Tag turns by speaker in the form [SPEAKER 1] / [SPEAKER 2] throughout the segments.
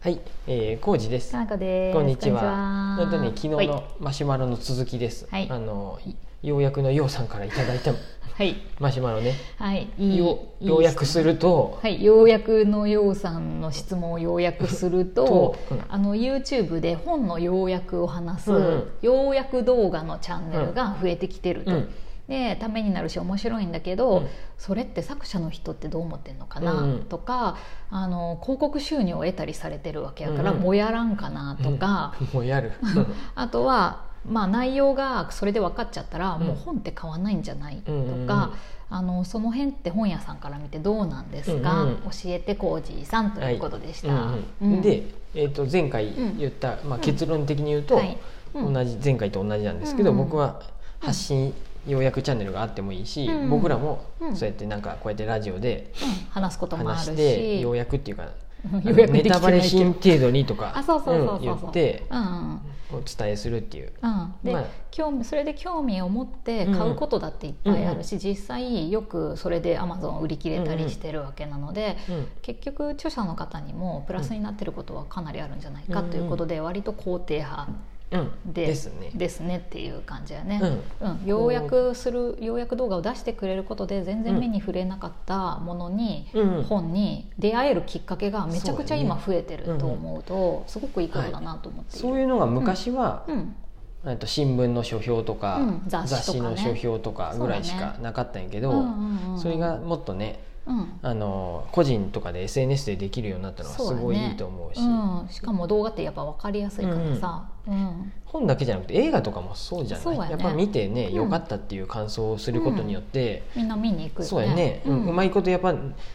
[SPEAKER 1] はい、えー、コウジです
[SPEAKER 2] か。なこです。
[SPEAKER 1] こんにちは。
[SPEAKER 2] こ
[SPEAKER 1] 本
[SPEAKER 2] ん
[SPEAKER 1] 当ね
[SPEAKER 2] に
[SPEAKER 1] 昨
[SPEAKER 2] ち
[SPEAKER 1] 日
[SPEAKER 2] は
[SPEAKER 1] のマシュマロの続きです。
[SPEAKER 2] はい
[SPEAKER 1] あのようやくのようさんからいただいた
[SPEAKER 2] はい、
[SPEAKER 1] マシュマロね。
[SPEAKER 2] はい、はい、いい
[SPEAKER 1] ようようやくすると、
[SPEAKER 2] はい、ようやくのようさんの質問を要約する
[SPEAKER 1] と
[SPEAKER 2] と、
[SPEAKER 1] うん
[SPEAKER 2] あの YouTube で本の要約を話す、
[SPEAKER 1] うんうん
[SPEAKER 2] 要約動画のチャンネルが増えてきてると、
[SPEAKER 1] うん
[SPEAKER 2] でためになるし面白いんだけど、
[SPEAKER 1] うん
[SPEAKER 2] それって作者の人ってどう思ってんのかな、
[SPEAKER 1] うんうん
[SPEAKER 2] とかあの広告収入を得たりされてるわけやから、
[SPEAKER 1] うんうん
[SPEAKER 2] もやらんかなとか。
[SPEAKER 1] もうやる。
[SPEAKER 2] あとは、まあ、内容がそれで分かっちゃったら、
[SPEAKER 1] うん
[SPEAKER 2] もう本って買わないんじゃないとか、
[SPEAKER 1] うんうんうん
[SPEAKER 2] あのその辺って本屋さんから見てどうなんですか、
[SPEAKER 1] うんうん
[SPEAKER 2] 教えてコージーさんということ でし
[SPEAKER 1] う
[SPEAKER 2] た。
[SPEAKER 1] んうん
[SPEAKER 2] うん
[SPEAKER 1] で、えっ、と前回言った、まあ結論的に言うと、
[SPEAKER 2] はいうん
[SPEAKER 1] 同じ前回と同じなんですけど、
[SPEAKER 2] うんうん
[SPEAKER 1] 僕は発信ようやくチャンネルがあってもいいし、
[SPEAKER 2] うんうん
[SPEAKER 1] 僕らも
[SPEAKER 2] うん
[SPEAKER 1] そうやってなんかこうやってラジオで
[SPEAKER 2] うん話すこともあ
[SPEAKER 1] 話
[SPEAKER 2] る
[SPEAKER 1] して
[SPEAKER 2] し
[SPEAKER 1] ようやくっていうか。
[SPEAKER 2] うん
[SPEAKER 1] あの
[SPEAKER 2] ようやくで
[SPEAKER 1] ネ
[SPEAKER 2] きてな
[SPEAKER 1] タ
[SPEAKER 2] い
[SPEAKER 1] バレ
[SPEAKER 2] け
[SPEAKER 1] し
[SPEAKER 2] ど
[SPEAKER 1] ん程度にとか
[SPEAKER 2] あそうそうそうそう
[SPEAKER 1] うん
[SPEAKER 2] そ
[SPEAKER 1] 言
[SPEAKER 2] う
[SPEAKER 1] って
[SPEAKER 2] うんうん
[SPEAKER 1] お伝えするっていう
[SPEAKER 2] うん、で、
[SPEAKER 1] まあ
[SPEAKER 2] 興味それで興味を持って買うことだっていっぱいあるし、実際よくそれでアマゾン売り切れたりしてるわけなので、
[SPEAKER 1] うん
[SPEAKER 2] 結局著者の方にもプラスになってることはかなりあるんじゃないかということで、割と肯定派
[SPEAKER 1] うん
[SPEAKER 2] で
[SPEAKER 1] ですね
[SPEAKER 2] ですねっていう感じやね、
[SPEAKER 1] う
[SPEAKER 2] うん要約する要約動画を出してくれることで全
[SPEAKER 1] うん
[SPEAKER 2] 然目に触れなかったものに、
[SPEAKER 1] うん
[SPEAKER 2] 本に出会えるきっかけがめちゃくちゃ今増えてると思うとすごくいいことだなと思っている
[SPEAKER 1] そういうのが昔は、
[SPEAKER 2] うん
[SPEAKER 1] えっと新聞の書評とか、
[SPEAKER 2] うん雑誌とかね
[SPEAKER 1] の書評とかぐらいしかなかったんやけど、
[SPEAKER 2] うんうんうん
[SPEAKER 1] それがもっとね
[SPEAKER 2] うん
[SPEAKER 1] あの個人とかで SNS でできるようになったのはす
[SPEAKER 2] そうだ
[SPEAKER 1] ごい
[SPEAKER 2] ね
[SPEAKER 1] いいと思うし
[SPEAKER 2] うん、しかも動画ってやっぱ分かりやすいからさ、うん
[SPEAKER 1] 本だけじゃなくて映画とかもそうじゃな
[SPEAKER 2] そう
[SPEAKER 1] い
[SPEAKER 2] やね
[SPEAKER 1] やっぱ見てね
[SPEAKER 2] うん
[SPEAKER 1] 良かったっていう感想をすることによって、
[SPEAKER 2] みんな見に行くよね
[SPEAKER 1] そうやね、う
[SPEAKER 2] うん
[SPEAKER 1] うまいことやっぱ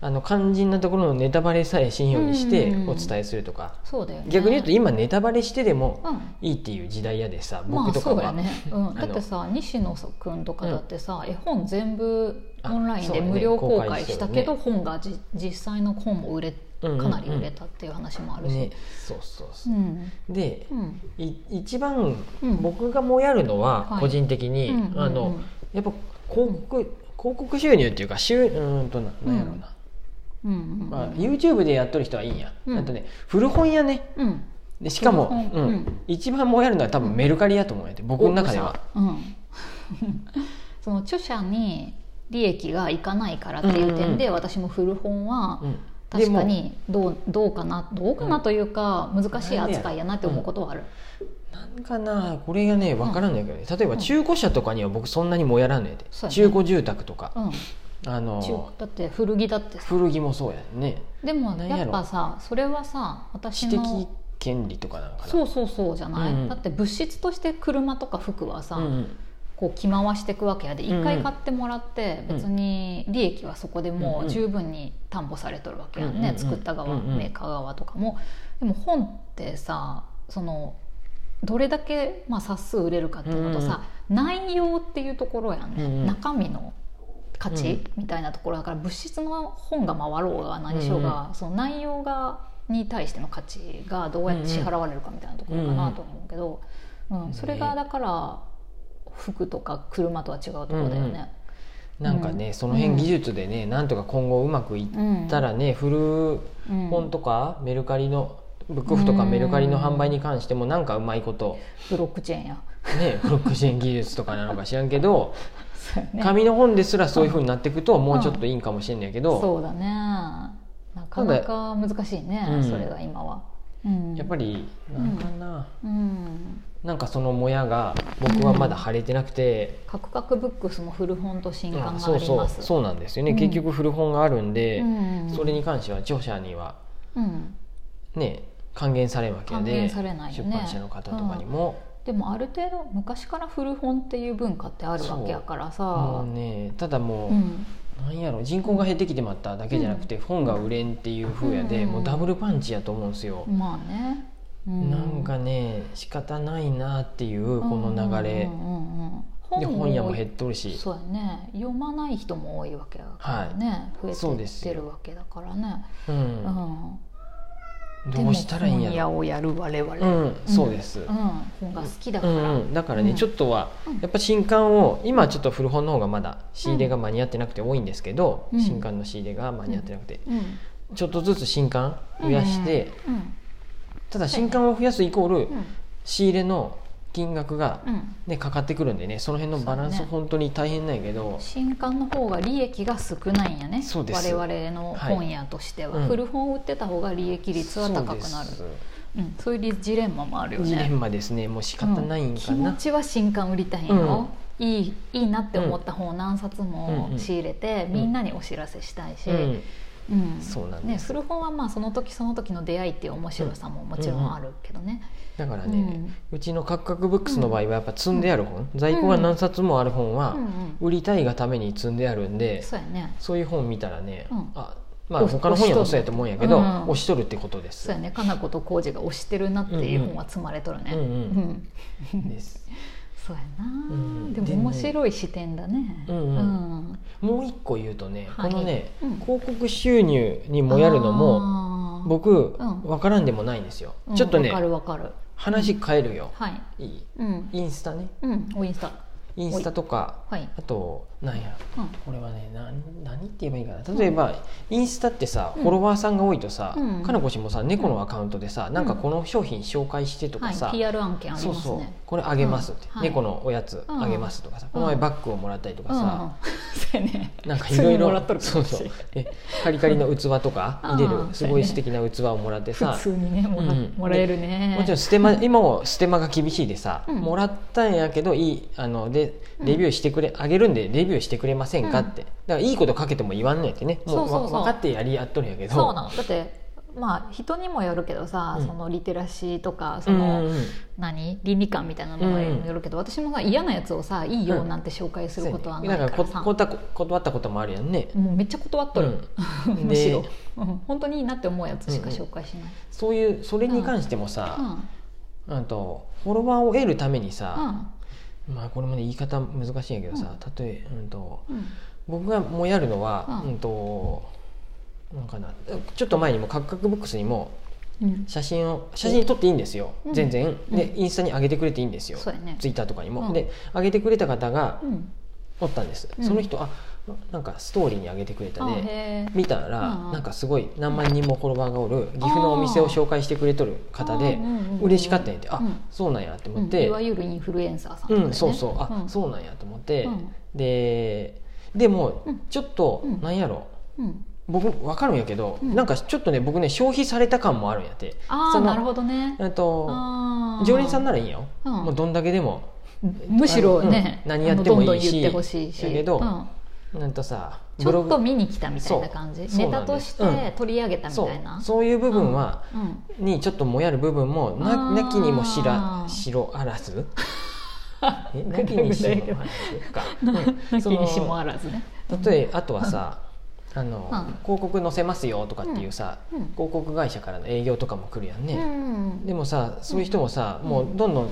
[SPEAKER 1] あの肝心なところのネタバレさえしんようにして
[SPEAKER 2] うん
[SPEAKER 1] お伝えするとか、
[SPEAKER 2] そうだよね
[SPEAKER 1] 逆に言うと今ネタバレしてでも
[SPEAKER 2] うん
[SPEAKER 1] いいっていう時代やでさ
[SPEAKER 2] ま
[SPEAKER 1] 僕と
[SPEAKER 2] あ
[SPEAKER 1] かは、
[SPEAKER 2] そうだね、うん、
[SPEAKER 1] あの
[SPEAKER 2] だってさ西野君とかだってさ、絵本全部オンライン
[SPEAKER 1] あそう
[SPEAKER 2] で
[SPEAKER 1] だね
[SPEAKER 2] 無料公開したけど、
[SPEAKER 1] 公
[SPEAKER 2] 本がじ実際の本も売れか
[SPEAKER 1] うんうんうん
[SPEAKER 2] なり売れたっていう話もあるし、
[SPEAKER 1] ねそうそうそう
[SPEAKER 2] う、ん
[SPEAKER 1] で
[SPEAKER 2] うん
[SPEAKER 1] い一番
[SPEAKER 2] うん
[SPEAKER 1] 僕がもやるのは
[SPEAKER 2] はい
[SPEAKER 1] 個人的に、
[SPEAKER 2] うんうんうん
[SPEAKER 1] あのやっぱ広告、広告収入っていうか収うーんとななんやろうな、
[SPEAKER 2] うんうん
[SPEAKER 1] まあ、YouTube でやっとる人はいいんや、
[SPEAKER 2] うん
[SPEAKER 1] あとね古本屋ね
[SPEAKER 2] うん
[SPEAKER 1] でしかも、
[SPEAKER 2] 古
[SPEAKER 1] う
[SPEAKER 2] 本
[SPEAKER 1] ん
[SPEAKER 2] うん
[SPEAKER 1] 一番もやるのは多分メルカリやと思うんやて僕の中では。
[SPEAKER 2] うん その著者に利益がいかないからっていう点で、
[SPEAKER 1] うん
[SPEAKER 2] 私も古本は
[SPEAKER 1] うんで
[SPEAKER 2] 確
[SPEAKER 1] も
[SPEAKER 2] かにどうどうかなどうかなというか、難しい扱いやなって思うことはある、
[SPEAKER 1] なんかなこれがね分からんのやけどね例えば中古車とかには僕そんなにもやらんのやで、
[SPEAKER 2] そうやね
[SPEAKER 1] 中古住宅とか、
[SPEAKER 2] うん
[SPEAKER 1] あの
[SPEAKER 2] 中だって古着だってさ
[SPEAKER 1] 古着もそうやね
[SPEAKER 2] でも
[SPEAKER 1] なんやろ
[SPEAKER 2] やっぱさそれはさ
[SPEAKER 1] 知
[SPEAKER 2] 私
[SPEAKER 1] 的
[SPEAKER 2] の
[SPEAKER 1] 権利とかなんかな
[SPEAKER 2] そうそうそうじゃない、
[SPEAKER 1] うんうん
[SPEAKER 2] だって物質として車とか服はさ、
[SPEAKER 1] うんうん
[SPEAKER 2] こう着回していくわけやで
[SPEAKER 1] うんうん
[SPEAKER 2] 一回買ってもらって
[SPEAKER 1] うん
[SPEAKER 2] 別に利益はそこで
[SPEAKER 1] うん
[SPEAKER 2] も
[SPEAKER 1] うん
[SPEAKER 2] う十分に担保されとるわけやんね、
[SPEAKER 1] うんうん
[SPEAKER 2] 作った側、
[SPEAKER 1] うんうん
[SPEAKER 2] メーカー側とかも。でも本ってさそのどれだけ、まあ、冊数売れるかっていうのとさ、内容っていうところやんね、
[SPEAKER 1] うんうん
[SPEAKER 2] 中身の価値、みたいなところだから物質の本が回ろうが何しようが、その内容がに対しての価値がどうやって支払われるかみたいなところかなと思うけど、うんそれがだから服とか車とは違うところだよね。
[SPEAKER 1] なんかね、
[SPEAKER 2] うん
[SPEAKER 1] その辺技術でねなんとか今後うまくいったらね、
[SPEAKER 2] うん
[SPEAKER 1] 古本とかメルカリのブックオフとかメルカリの販売に関してもなんかうまいこと、
[SPEAKER 2] ブロックチェーンや、
[SPEAKER 1] ね、 ブロックチェーン技術とかなのか知らんけど、
[SPEAKER 2] そうやね
[SPEAKER 1] 紙の本ですらそういうふうになっていくともうちょっといいんかもしれないけど、
[SPEAKER 2] そうだねなかなか難しいね、
[SPEAKER 1] うん
[SPEAKER 2] それが今は、うん、
[SPEAKER 1] やっぱりなんかな、
[SPEAKER 2] うん
[SPEAKER 1] なんかそのもやが僕はまだ晴れてなくて、
[SPEAKER 2] カクカクブックスも古本と新
[SPEAKER 1] うん
[SPEAKER 2] 刊があります、
[SPEAKER 1] そうそうそうなんですよね、
[SPEAKER 2] うん
[SPEAKER 1] 結局古本があるんで、
[SPEAKER 2] うん
[SPEAKER 1] それに関しては著者には
[SPEAKER 2] うん
[SPEAKER 1] ね還元されるわけ
[SPEAKER 2] 還
[SPEAKER 1] で
[SPEAKER 2] 元されない
[SPEAKER 1] 出
[SPEAKER 2] よね
[SPEAKER 1] 版社の方とかにも、
[SPEAKER 2] でもある程度昔から古本っていう文化ってあるわけやから
[SPEAKER 1] も
[SPEAKER 2] さ
[SPEAKER 1] うねただもう、
[SPEAKER 2] うん
[SPEAKER 1] なんやろ人口が減ってきてまっただけじゃなくて、本が売れんっていう風やで、
[SPEAKER 2] うん
[SPEAKER 1] もうダブルパンチやと思うんですよ、
[SPEAKER 2] まあね、う
[SPEAKER 1] なんかね仕方ないなっていうこの流れ、
[SPEAKER 2] うんうんうんうん
[SPEAKER 1] で
[SPEAKER 2] を
[SPEAKER 1] 本屋も減っとるし
[SPEAKER 2] そうやね読まない人も多いわけだからね、
[SPEAKER 1] そ
[SPEAKER 2] 増
[SPEAKER 1] う
[SPEAKER 2] え
[SPEAKER 1] で
[SPEAKER 2] て
[SPEAKER 1] す
[SPEAKER 2] っ
[SPEAKER 1] よ
[SPEAKER 2] てるわけだからね、
[SPEAKER 1] う
[SPEAKER 2] うんん
[SPEAKER 1] どうしたらいいんや
[SPEAKER 2] でも
[SPEAKER 1] ろ
[SPEAKER 2] 本屋をやる我々、
[SPEAKER 1] う
[SPEAKER 2] うん
[SPEAKER 1] ん、そうです、
[SPEAKER 2] 本が好きだか
[SPEAKER 1] う
[SPEAKER 2] ら、
[SPEAKER 1] んうん、だからね、
[SPEAKER 2] うん
[SPEAKER 1] ちょっとは
[SPEAKER 2] うん
[SPEAKER 1] やっぱ新刊を今ちょっと古本の方がまだ仕入れが間に合ってなくて多いんですけど、
[SPEAKER 2] うん
[SPEAKER 1] 新刊の仕入れが間に合ってなくて、
[SPEAKER 2] うん
[SPEAKER 1] ちょっとずつ新刊増やして、
[SPEAKER 2] うん
[SPEAKER 1] ただ新刊を増やすイコール
[SPEAKER 2] うん
[SPEAKER 1] 仕入れの金額が、
[SPEAKER 2] うん
[SPEAKER 1] ね、かかってくるんでねその辺のバラン
[SPEAKER 2] そう
[SPEAKER 1] ス
[SPEAKER 2] ね
[SPEAKER 1] 本当に大変なんやけど
[SPEAKER 2] 新刊の方が利益が少ないんやね
[SPEAKER 1] そうです
[SPEAKER 2] 我々の本屋としては、
[SPEAKER 1] はいうん
[SPEAKER 2] 古本を売ってた方が利益率は高くなる
[SPEAKER 1] そう
[SPEAKER 2] そう,、
[SPEAKER 1] で
[SPEAKER 2] ん、そういうジレンマもあるよ
[SPEAKER 1] すジレ
[SPEAKER 2] ね
[SPEAKER 1] ンマですねもう仕方ないんか
[SPEAKER 2] うん気持
[SPEAKER 1] な、
[SPEAKER 2] ちは新刊売りたいんよ、いいいいなって思った本を何冊も
[SPEAKER 1] うん
[SPEAKER 2] 仕入れて、
[SPEAKER 1] ん
[SPEAKER 2] みんなにお知らせしたいし、
[SPEAKER 1] うん
[SPEAKER 2] うん
[SPEAKER 1] そうなん
[SPEAKER 2] ね、
[SPEAKER 1] です
[SPEAKER 2] 古本はまあその時その時の出会いっていう面白さももちろんあるけどね、
[SPEAKER 1] だから
[SPEAKER 2] うん
[SPEAKER 1] ね、うちのカクカクブックスの場合はやっぱ積んである本、在庫が何冊もある本は
[SPEAKER 2] うんうん
[SPEAKER 1] 売りたいがために積んであるんで、
[SPEAKER 2] そうやね
[SPEAKER 1] そういう本見たらね、
[SPEAKER 2] うん
[SPEAKER 1] あま
[SPEAKER 2] お
[SPEAKER 1] あ他の本屋も
[SPEAKER 2] 押しとる
[SPEAKER 1] そうやと思うんやけど、
[SPEAKER 2] うん
[SPEAKER 1] 押しとるってことです
[SPEAKER 2] そうやねかなことこうじが推してるなっていう本は積まれとるね、
[SPEAKER 1] うんうんうん
[SPEAKER 2] うん
[SPEAKER 1] です
[SPEAKER 2] そうやな、
[SPEAKER 1] うん
[SPEAKER 2] でも
[SPEAKER 1] でね
[SPEAKER 2] 面白い視点だね
[SPEAKER 1] うん
[SPEAKER 2] う
[SPEAKER 1] うんもう一個言うとね、
[SPEAKER 2] はい
[SPEAKER 1] このね、
[SPEAKER 2] うん
[SPEAKER 1] 広告収入にもやるのも
[SPEAKER 2] あー
[SPEAKER 1] 僕、
[SPEAKER 2] うん
[SPEAKER 1] わからんでもないんですよ、
[SPEAKER 2] うん
[SPEAKER 1] ちょっとね
[SPEAKER 2] わかるわかる
[SPEAKER 1] 話変えるよ、
[SPEAKER 2] は
[SPEAKER 1] い
[SPEAKER 2] い
[SPEAKER 1] い
[SPEAKER 2] うん
[SPEAKER 1] インスタね
[SPEAKER 2] うんおインスタ
[SPEAKER 1] インスタとか
[SPEAKER 2] はい
[SPEAKER 1] あとなんや
[SPEAKER 2] うん
[SPEAKER 1] これはねなん何って言えばいいかな例えば、インスタってさ
[SPEAKER 2] うん
[SPEAKER 1] フォロワーさんが多いとさ、
[SPEAKER 2] うん
[SPEAKER 1] かなこしもさ猫のアカウントでさ、なんかこの商品紹介してと
[SPEAKER 2] は
[SPEAKER 1] か
[SPEAKER 2] い
[SPEAKER 1] さ、
[SPEAKER 2] PR 案件あり
[SPEAKER 1] そう
[SPEAKER 2] ます
[SPEAKER 1] そう
[SPEAKER 2] ね
[SPEAKER 1] これあげますって、
[SPEAKER 2] うんはい
[SPEAKER 1] 猫のおやつあげますとかさ、
[SPEAKER 2] ん
[SPEAKER 1] この前バッグをもらったりとか
[SPEAKER 2] うんうん
[SPEAKER 1] さ、
[SPEAKER 2] そうやね
[SPEAKER 1] なんかいろい
[SPEAKER 2] 普通にもらっと
[SPEAKER 1] ろ
[SPEAKER 2] るか
[SPEAKER 1] そ
[SPEAKER 2] も
[SPEAKER 1] う
[SPEAKER 2] し
[SPEAKER 1] そう
[SPEAKER 2] れ
[SPEAKER 1] んえカリカリの器とか入れ
[SPEAKER 2] うんうん
[SPEAKER 1] るすごい素敵な器をもらってさ
[SPEAKER 2] 普通にねもら,、
[SPEAKER 1] うん
[SPEAKER 2] もらえるね
[SPEAKER 1] もちろんステマ今もステマが厳しいでさ、
[SPEAKER 2] うん
[SPEAKER 1] もらったんやけどいいあので
[SPEAKER 2] うん
[SPEAKER 1] レビューしてくれ、あげるんでレビューしてくれませんかって、だからいいことかけても言わんのやってねもう
[SPEAKER 2] そうそうそう
[SPEAKER 1] わ分かってやりやっとるんやけど
[SPEAKER 2] そうなのだってまあ人にもよるけどさ、
[SPEAKER 1] うん
[SPEAKER 2] そのリテラシーとかそ
[SPEAKER 1] うん
[SPEAKER 2] の、
[SPEAKER 1] うんうん
[SPEAKER 2] 何倫理観みたいなのによるけど、私もさ嫌なやつをさ「いいよ」なんて紹介することはない
[SPEAKER 1] だ
[SPEAKER 2] か
[SPEAKER 1] から
[SPEAKER 2] らさ、
[SPEAKER 1] こ断った断ったこともあるやんね、
[SPEAKER 2] もうめっちゃ断っとる、
[SPEAKER 1] うん
[SPEAKER 2] むしろ
[SPEAKER 1] で、
[SPEAKER 2] うん本当にいいなって思うやつしか紹介しない、
[SPEAKER 1] そういうそれに関しても
[SPEAKER 2] うん
[SPEAKER 1] さ、あとフォロワーを得るためにさ、
[SPEAKER 2] うん
[SPEAKER 1] まあこれもね言い方難しいんやけどさ、例え、うん、と
[SPEAKER 2] うん
[SPEAKER 1] 僕がもやるのは、
[SPEAKER 2] う
[SPEAKER 1] うんんとなんかなちょっと前にも「カクカクブックス」にも
[SPEAKER 2] うん
[SPEAKER 1] 写真を写真撮っていいんですよ、
[SPEAKER 2] うん
[SPEAKER 1] 全然で
[SPEAKER 2] う
[SPEAKER 1] インスタに上げてくれていいんですよ、
[SPEAKER 2] そうやね
[SPEAKER 1] ツイッターとかにも、
[SPEAKER 2] うん
[SPEAKER 1] で上げてくれた方が
[SPEAKER 2] うん
[SPEAKER 1] おったんです、
[SPEAKER 2] うん
[SPEAKER 1] その人あなんかストーリーに上げてくれた
[SPEAKER 2] あ
[SPEAKER 1] で、
[SPEAKER 2] へー
[SPEAKER 1] 見たら、
[SPEAKER 2] うん
[SPEAKER 1] なんかすごい何万人もフォロワーがおる岐阜のお店を紹介してくれとる方で
[SPEAKER 2] うんうんうんうん
[SPEAKER 1] 嬉しかったんやってあ、
[SPEAKER 2] うん
[SPEAKER 1] そうなんやと
[SPEAKER 2] う
[SPEAKER 1] 思っ
[SPEAKER 2] ん
[SPEAKER 1] て、
[SPEAKER 2] いわゆるインフルエンサーさんとか
[SPEAKER 1] う
[SPEAKER 2] ね
[SPEAKER 1] ん、そうそうあ、
[SPEAKER 2] ん
[SPEAKER 1] そうなんやと思って、
[SPEAKER 2] うん
[SPEAKER 1] ででも
[SPEAKER 2] うん
[SPEAKER 1] ちょっと
[SPEAKER 2] うん
[SPEAKER 1] なんやろ
[SPEAKER 2] うん
[SPEAKER 1] 僕分かるんやけど、
[SPEAKER 2] うん
[SPEAKER 1] なんかちょっとね僕ね消費された感もあるんやって
[SPEAKER 2] ああ
[SPEAKER 1] その
[SPEAKER 2] なるほどね
[SPEAKER 1] えっと
[SPEAKER 2] あー
[SPEAKER 1] 常連さんならいいんよ、
[SPEAKER 2] うん
[SPEAKER 1] もうどんだけでも
[SPEAKER 2] むしろね、
[SPEAKER 1] うん何やってもいいし
[SPEAKER 2] あのどんどん言ってほしいし
[SPEAKER 1] やけど
[SPEAKER 2] うん
[SPEAKER 1] なんとさ
[SPEAKER 2] ちょっと見に来たみたいな感じ
[SPEAKER 1] そう
[SPEAKER 2] ネタとし
[SPEAKER 1] そうなん
[SPEAKER 2] て
[SPEAKER 1] です
[SPEAKER 2] 取り上げたみ
[SPEAKER 1] そう
[SPEAKER 2] たいな
[SPEAKER 1] そういう部分は、
[SPEAKER 2] うん
[SPEAKER 1] にちょっともやる部分も
[SPEAKER 2] あ
[SPEAKER 1] な
[SPEAKER 2] ー
[SPEAKER 1] なきにもしらしろあら ずえなきにしもあらずか、う
[SPEAKER 2] なんきにしもあらずね
[SPEAKER 1] その例えあとはさ、あの
[SPEAKER 2] うん
[SPEAKER 1] 広告載せますよとかっていうさ、
[SPEAKER 2] うん
[SPEAKER 1] 広告会社からの営業とかも来るやん
[SPEAKER 2] う
[SPEAKER 1] ね、
[SPEAKER 2] ん
[SPEAKER 1] でもさそういう人もさ、
[SPEAKER 2] うん
[SPEAKER 1] もうどんどん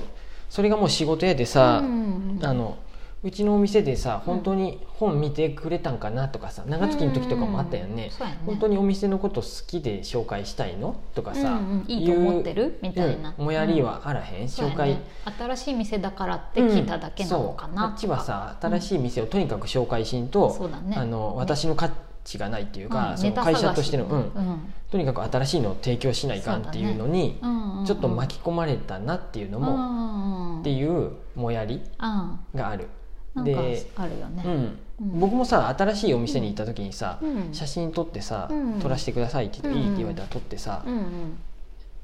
[SPEAKER 1] それがもう仕事やでさ、
[SPEAKER 2] うん
[SPEAKER 1] あのうちのお店でさ本当に本見てくれたんかなとかさ長月の時とかもあったよ
[SPEAKER 2] う
[SPEAKER 1] ね
[SPEAKER 2] んそうやね
[SPEAKER 1] 本当にお店のこと好きで紹介したいのとかさ、
[SPEAKER 2] うんうんいいと思ってるみたいな
[SPEAKER 1] うんもやりはあらへん、
[SPEAKER 2] そうや
[SPEAKER 1] 紹
[SPEAKER 2] ね
[SPEAKER 1] 介
[SPEAKER 2] 新しい店だからって来ただけなのか
[SPEAKER 1] う
[SPEAKER 2] な
[SPEAKER 1] んそうあっちはさ新しい店をとにかく紹介しんと、
[SPEAKER 2] そうだね
[SPEAKER 1] あの
[SPEAKER 2] ね
[SPEAKER 1] 私の価値がないっていうか、
[SPEAKER 2] うん
[SPEAKER 1] その
[SPEAKER 2] ネタ
[SPEAKER 1] 会
[SPEAKER 2] 探
[SPEAKER 1] 社としての、うん
[SPEAKER 2] うん
[SPEAKER 1] とにかく新しいのを提供しないかんっていうのに
[SPEAKER 2] うんうん
[SPEAKER 1] ちょっと巻き込まれたなっていうの
[SPEAKER 2] うん
[SPEAKER 1] も、
[SPEAKER 2] うん
[SPEAKER 1] っていうもやり
[SPEAKER 2] あ
[SPEAKER 1] がある。
[SPEAKER 2] なんか
[SPEAKER 1] で
[SPEAKER 2] あるよね
[SPEAKER 1] うん
[SPEAKER 2] うん
[SPEAKER 1] 僕もさ新しいお店に行った時にさ、
[SPEAKER 2] うん
[SPEAKER 1] 写真撮ってさ、
[SPEAKER 2] うん
[SPEAKER 1] 撮らせてくださいって言って、
[SPEAKER 2] うん
[SPEAKER 1] いいって言われたら撮ってさ、
[SPEAKER 2] うんうん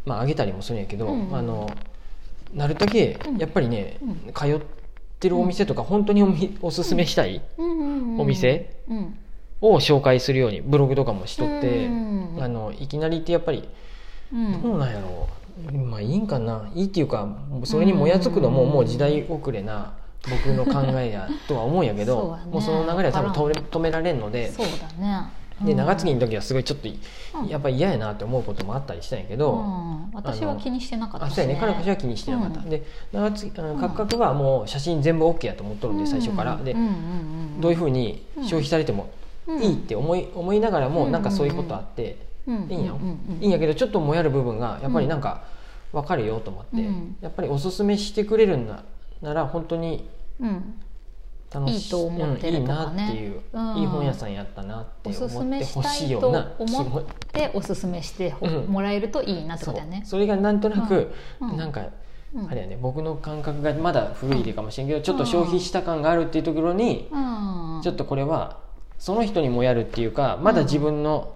[SPEAKER 1] まああげたりもするんやけど、
[SPEAKER 2] うん
[SPEAKER 1] あのなるだけ
[SPEAKER 2] うん
[SPEAKER 1] やっぱりね、
[SPEAKER 2] うん
[SPEAKER 1] 通ってるお店とか本当におみおすすめしたい
[SPEAKER 2] うんうんうん
[SPEAKER 1] お店
[SPEAKER 2] うん
[SPEAKER 1] を紹介するようにブログとかもしとって、
[SPEAKER 2] うん
[SPEAKER 1] あのいきなりってやっぱり
[SPEAKER 2] うん
[SPEAKER 1] どうなんやろう、まあいいんかないいっていうかそれにもやつくのも
[SPEAKER 2] うん
[SPEAKER 1] もう時代遅れな僕の考えやとは思うんやけ
[SPEAKER 2] そう
[SPEAKER 1] ど
[SPEAKER 2] やね
[SPEAKER 1] もうその流れは多分止め止められんので。
[SPEAKER 2] そうだね
[SPEAKER 1] で
[SPEAKER 2] うん
[SPEAKER 1] 長継ぎの時はすごいちょっとい
[SPEAKER 2] うん
[SPEAKER 1] やっぱり嫌やなって思うこともあったりしたんやけ
[SPEAKER 2] う
[SPEAKER 1] ど、
[SPEAKER 2] ん私は気にしてなかった
[SPEAKER 1] あそうやね彼女は気にしてなかった、
[SPEAKER 2] うん
[SPEAKER 1] で長継ぎあ
[SPEAKER 2] う
[SPEAKER 1] の
[SPEAKER 2] ん
[SPEAKER 1] カクカクはもう写真全部 OK やと思っとるんで最初から、で
[SPEAKER 2] うんうんうんうん
[SPEAKER 1] どういうふうに消費されても
[SPEAKER 2] うん
[SPEAKER 1] いいって思い思いながら
[SPEAKER 2] う
[SPEAKER 1] も
[SPEAKER 2] ん
[SPEAKER 1] なんかそういうことあって
[SPEAKER 2] うん
[SPEAKER 1] いいんや
[SPEAKER 2] うんうんうん
[SPEAKER 1] いいんやけどちょっともやる部分がやっぱりなんか分かるよと思って
[SPEAKER 2] うん
[SPEAKER 1] やっぱりおすすめしてくれるんななら本当に
[SPEAKER 2] うん
[SPEAKER 1] 楽し
[SPEAKER 2] いいと思って
[SPEAKER 1] うんい
[SPEAKER 2] る
[SPEAKER 1] い
[SPEAKER 2] と
[SPEAKER 1] な
[SPEAKER 2] か
[SPEAKER 1] って
[SPEAKER 2] ね
[SPEAKER 1] いう、
[SPEAKER 2] うん
[SPEAKER 1] いい本屋さんやったなって
[SPEAKER 2] お
[SPEAKER 1] 思
[SPEAKER 2] すす
[SPEAKER 1] っ
[SPEAKER 2] め
[SPEAKER 1] て
[SPEAKER 2] し
[SPEAKER 1] ほ
[SPEAKER 2] た
[SPEAKER 1] しい
[SPEAKER 2] い
[SPEAKER 1] よ
[SPEAKER 2] と
[SPEAKER 1] うな気
[SPEAKER 2] 思
[SPEAKER 1] も
[SPEAKER 2] っておすすめしてほ
[SPEAKER 1] うん
[SPEAKER 2] もらえるといいなってことだよね
[SPEAKER 1] そう。それがなんとなく、
[SPEAKER 2] うんうん
[SPEAKER 1] なんか、
[SPEAKER 2] うん
[SPEAKER 1] あれやね僕の感覚がまだ古いでかもしれんけど、ちょっと消費した感があるっていうところに、
[SPEAKER 2] うん
[SPEAKER 1] ちょっとこれはその人にもやるっていうかまだ自分の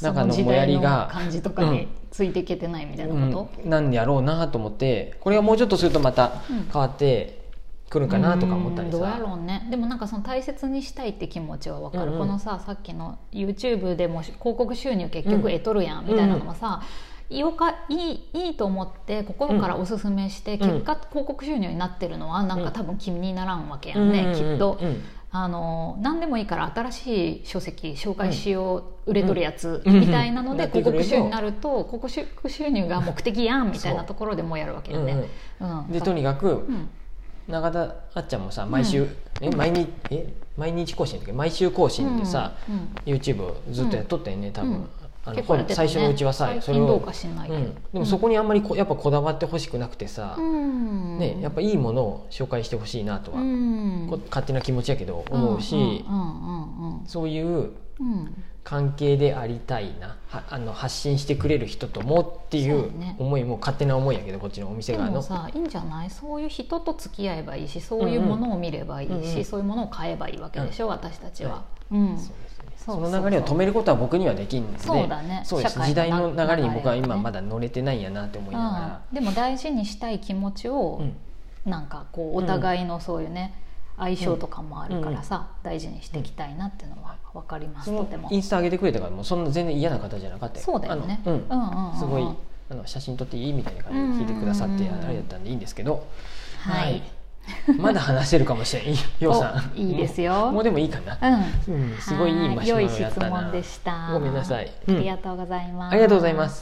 [SPEAKER 1] 中の
[SPEAKER 2] そ時
[SPEAKER 1] もや
[SPEAKER 2] 代
[SPEAKER 1] り
[SPEAKER 2] の
[SPEAKER 1] が、
[SPEAKER 2] 感じとか
[SPEAKER 1] う
[SPEAKER 2] に
[SPEAKER 1] ん
[SPEAKER 2] ついていけてないみたいな
[SPEAKER 1] うん
[SPEAKER 2] こ、
[SPEAKER 1] なんやろうなと思ってこれがもうちょっとするとまた
[SPEAKER 2] うん
[SPEAKER 1] 変わってくる
[SPEAKER 2] と
[SPEAKER 1] かなとか思ったりさ。
[SPEAKER 2] うんどうやろうねでもなんかその大切にしたいって気持ちはわか
[SPEAKER 1] う
[SPEAKER 2] る、
[SPEAKER 1] んうん
[SPEAKER 2] このささっきの YouTube でも広告収入結局
[SPEAKER 1] うん
[SPEAKER 2] 得とるやんみたいなのもさ、よかいいいいと思って心からおすすめし
[SPEAKER 1] う
[SPEAKER 2] て、
[SPEAKER 1] ん
[SPEAKER 2] 結果広告収入になってるのはなん
[SPEAKER 1] う
[SPEAKER 2] か
[SPEAKER 1] ん
[SPEAKER 2] 多分気にならんわけや
[SPEAKER 1] うんん
[SPEAKER 2] ね、
[SPEAKER 1] うんうん
[SPEAKER 2] きっと、
[SPEAKER 1] うん
[SPEAKER 2] あの何でもいいから新しい書籍紹介しよう、売れとるやつ、
[SPEAKER 1] うん
[SPEAKER 2] みたいなので、
[SPEAKER 1] うん
[SPEAKER 2] 広告収入になると広告収収入が目的やんみたいなところでもうやるわけよね。うん
[SPEAKER 1] でとにかく
[SPEAKER 2] うん
[SPEAKER 1] 永田あっちゃんもさ毎週、
[SPEAKER 2] うん
[SPEAKER 1] え毎日え毎日更新だっけ毎週更新でさ、
[SPEAKER 2] うん
[SPEAKER 1] YouTube をずっとやっとったよね、多分、
[SPEAKER 2] うん
[SPEAKER 1] あの
[SPEAKER 2] 結構やってたね
[SPEAKER 1] 最初のうちはさ
[SPEAKER 2] 最
[SPEAKER 1] それ
[SPEAKER 2] 近どう
[SPEAKER 1] を
[SPEAKER 2] か、しないけ
[SPEAKER 1] う
[SPEAKER 2] ど、
[SPEAKER 1] ん、でもそこにあんまりこやっぱこだわってほしくなくてさ、
[SPEAKER 2] うん
[SPEAKER 1] ね、やっぱいいものを紹介してほしいなとは、
[SPEAKER 2] うん
[SPEAKER 1] こ勝手な気持ちやけど思うし、
[SPEAKER 2] うんうん
[SPEAKER 1] そういう
[SPEAKER 2] うんうんうん
[SPEAKER 1] 関係でありたいなはあの発信してくれる人ともってい
[SPEAKER 2] そううね
[SPEAKER 1] 思いも勝手な思いやけどこっちのお店
[SPEAKER 2] で
[SPEAKER 1] 側の
[SPEAKER 2] も。さいいんじゃないそういう人と付き合えばいいしそういうものを見ればいいし、
[SPEAKER 1] うんうん
[SPEAKER 2] そういうものを買えばいいわけでしょ、私たちは。うん
[SPEAKER 1] そうですね
[SPEAKER 2] そう
[SPEAKER 1] そ
[SPEAKER 2] そうそう
[SPEAKER 1] の流れを止めることは僕にはできんので
[SPEAKER 2] そうだね
[SPEAKER 1] そうです
[SPEAKER 2] 社会の
[SPEAKER 1] 時代の流れに僕は
[SPEAKER 2] 流れ
[SPEAKER 1] 今
[SPEAKER 2] ね
[SPEAKER 1] まだ乗れてないんやなって思いな
[SPEAKER 2] うん、でも大事にしたい気持ち
[SPEAKER 1] が
[SPEAKER 2] を
[SPEAKER 1] ら、う、ん
[SPEAKER 2] なんかこうお互いのそういうね、相性とかもあるからさ、大事にしていきたいなっていうのは分かります、
[SPEAKER 1] そ
[SPEAKER 2] とて
[SPEAKER 1] の
[SPEAKER 2] も
[SPEAKER 1] インスタ上げてくれたからもうそんな全然嫌な方じゃなかったよ
[SPEAKER 2] そうだよね
[SPEAKER 1] あのうん
[SPEAKER 2] うんうんうんうん
[SPEAKER 1] すごいあの写真撮っていいみたいな感じで聞いてくださって
[SPEAKER 2] うんうんうん
[SPEAKER 1] あれだったんでいいんですけど、
[SPEAKER 2] はい、
[SPEAKER 1] まだ話せるかもし れないようさん
[SPEAKER 2] おいいですよ
[SPEAKER 1] もうもうでもいいかな、
[SPEAKER 2] う
[SPEAKER 1] うん、
[SPEAKER 2] ん
[SPEAKER 1] すごいいいマシュマロ
[SPEAKER 2] はい良い
[SPEAKER 1] やっ
[SPEAKER 2] 質
[SPEAKER 1] たな
[SPEAKER 2] 問でした
[SPEAKER 1] ごめんなさい、う
[SPEAKER 2] あ
[SPEAKER 1] ん
[SPEAKER 2] りがとうございます、
[SPEAKER 1] ありがとうございます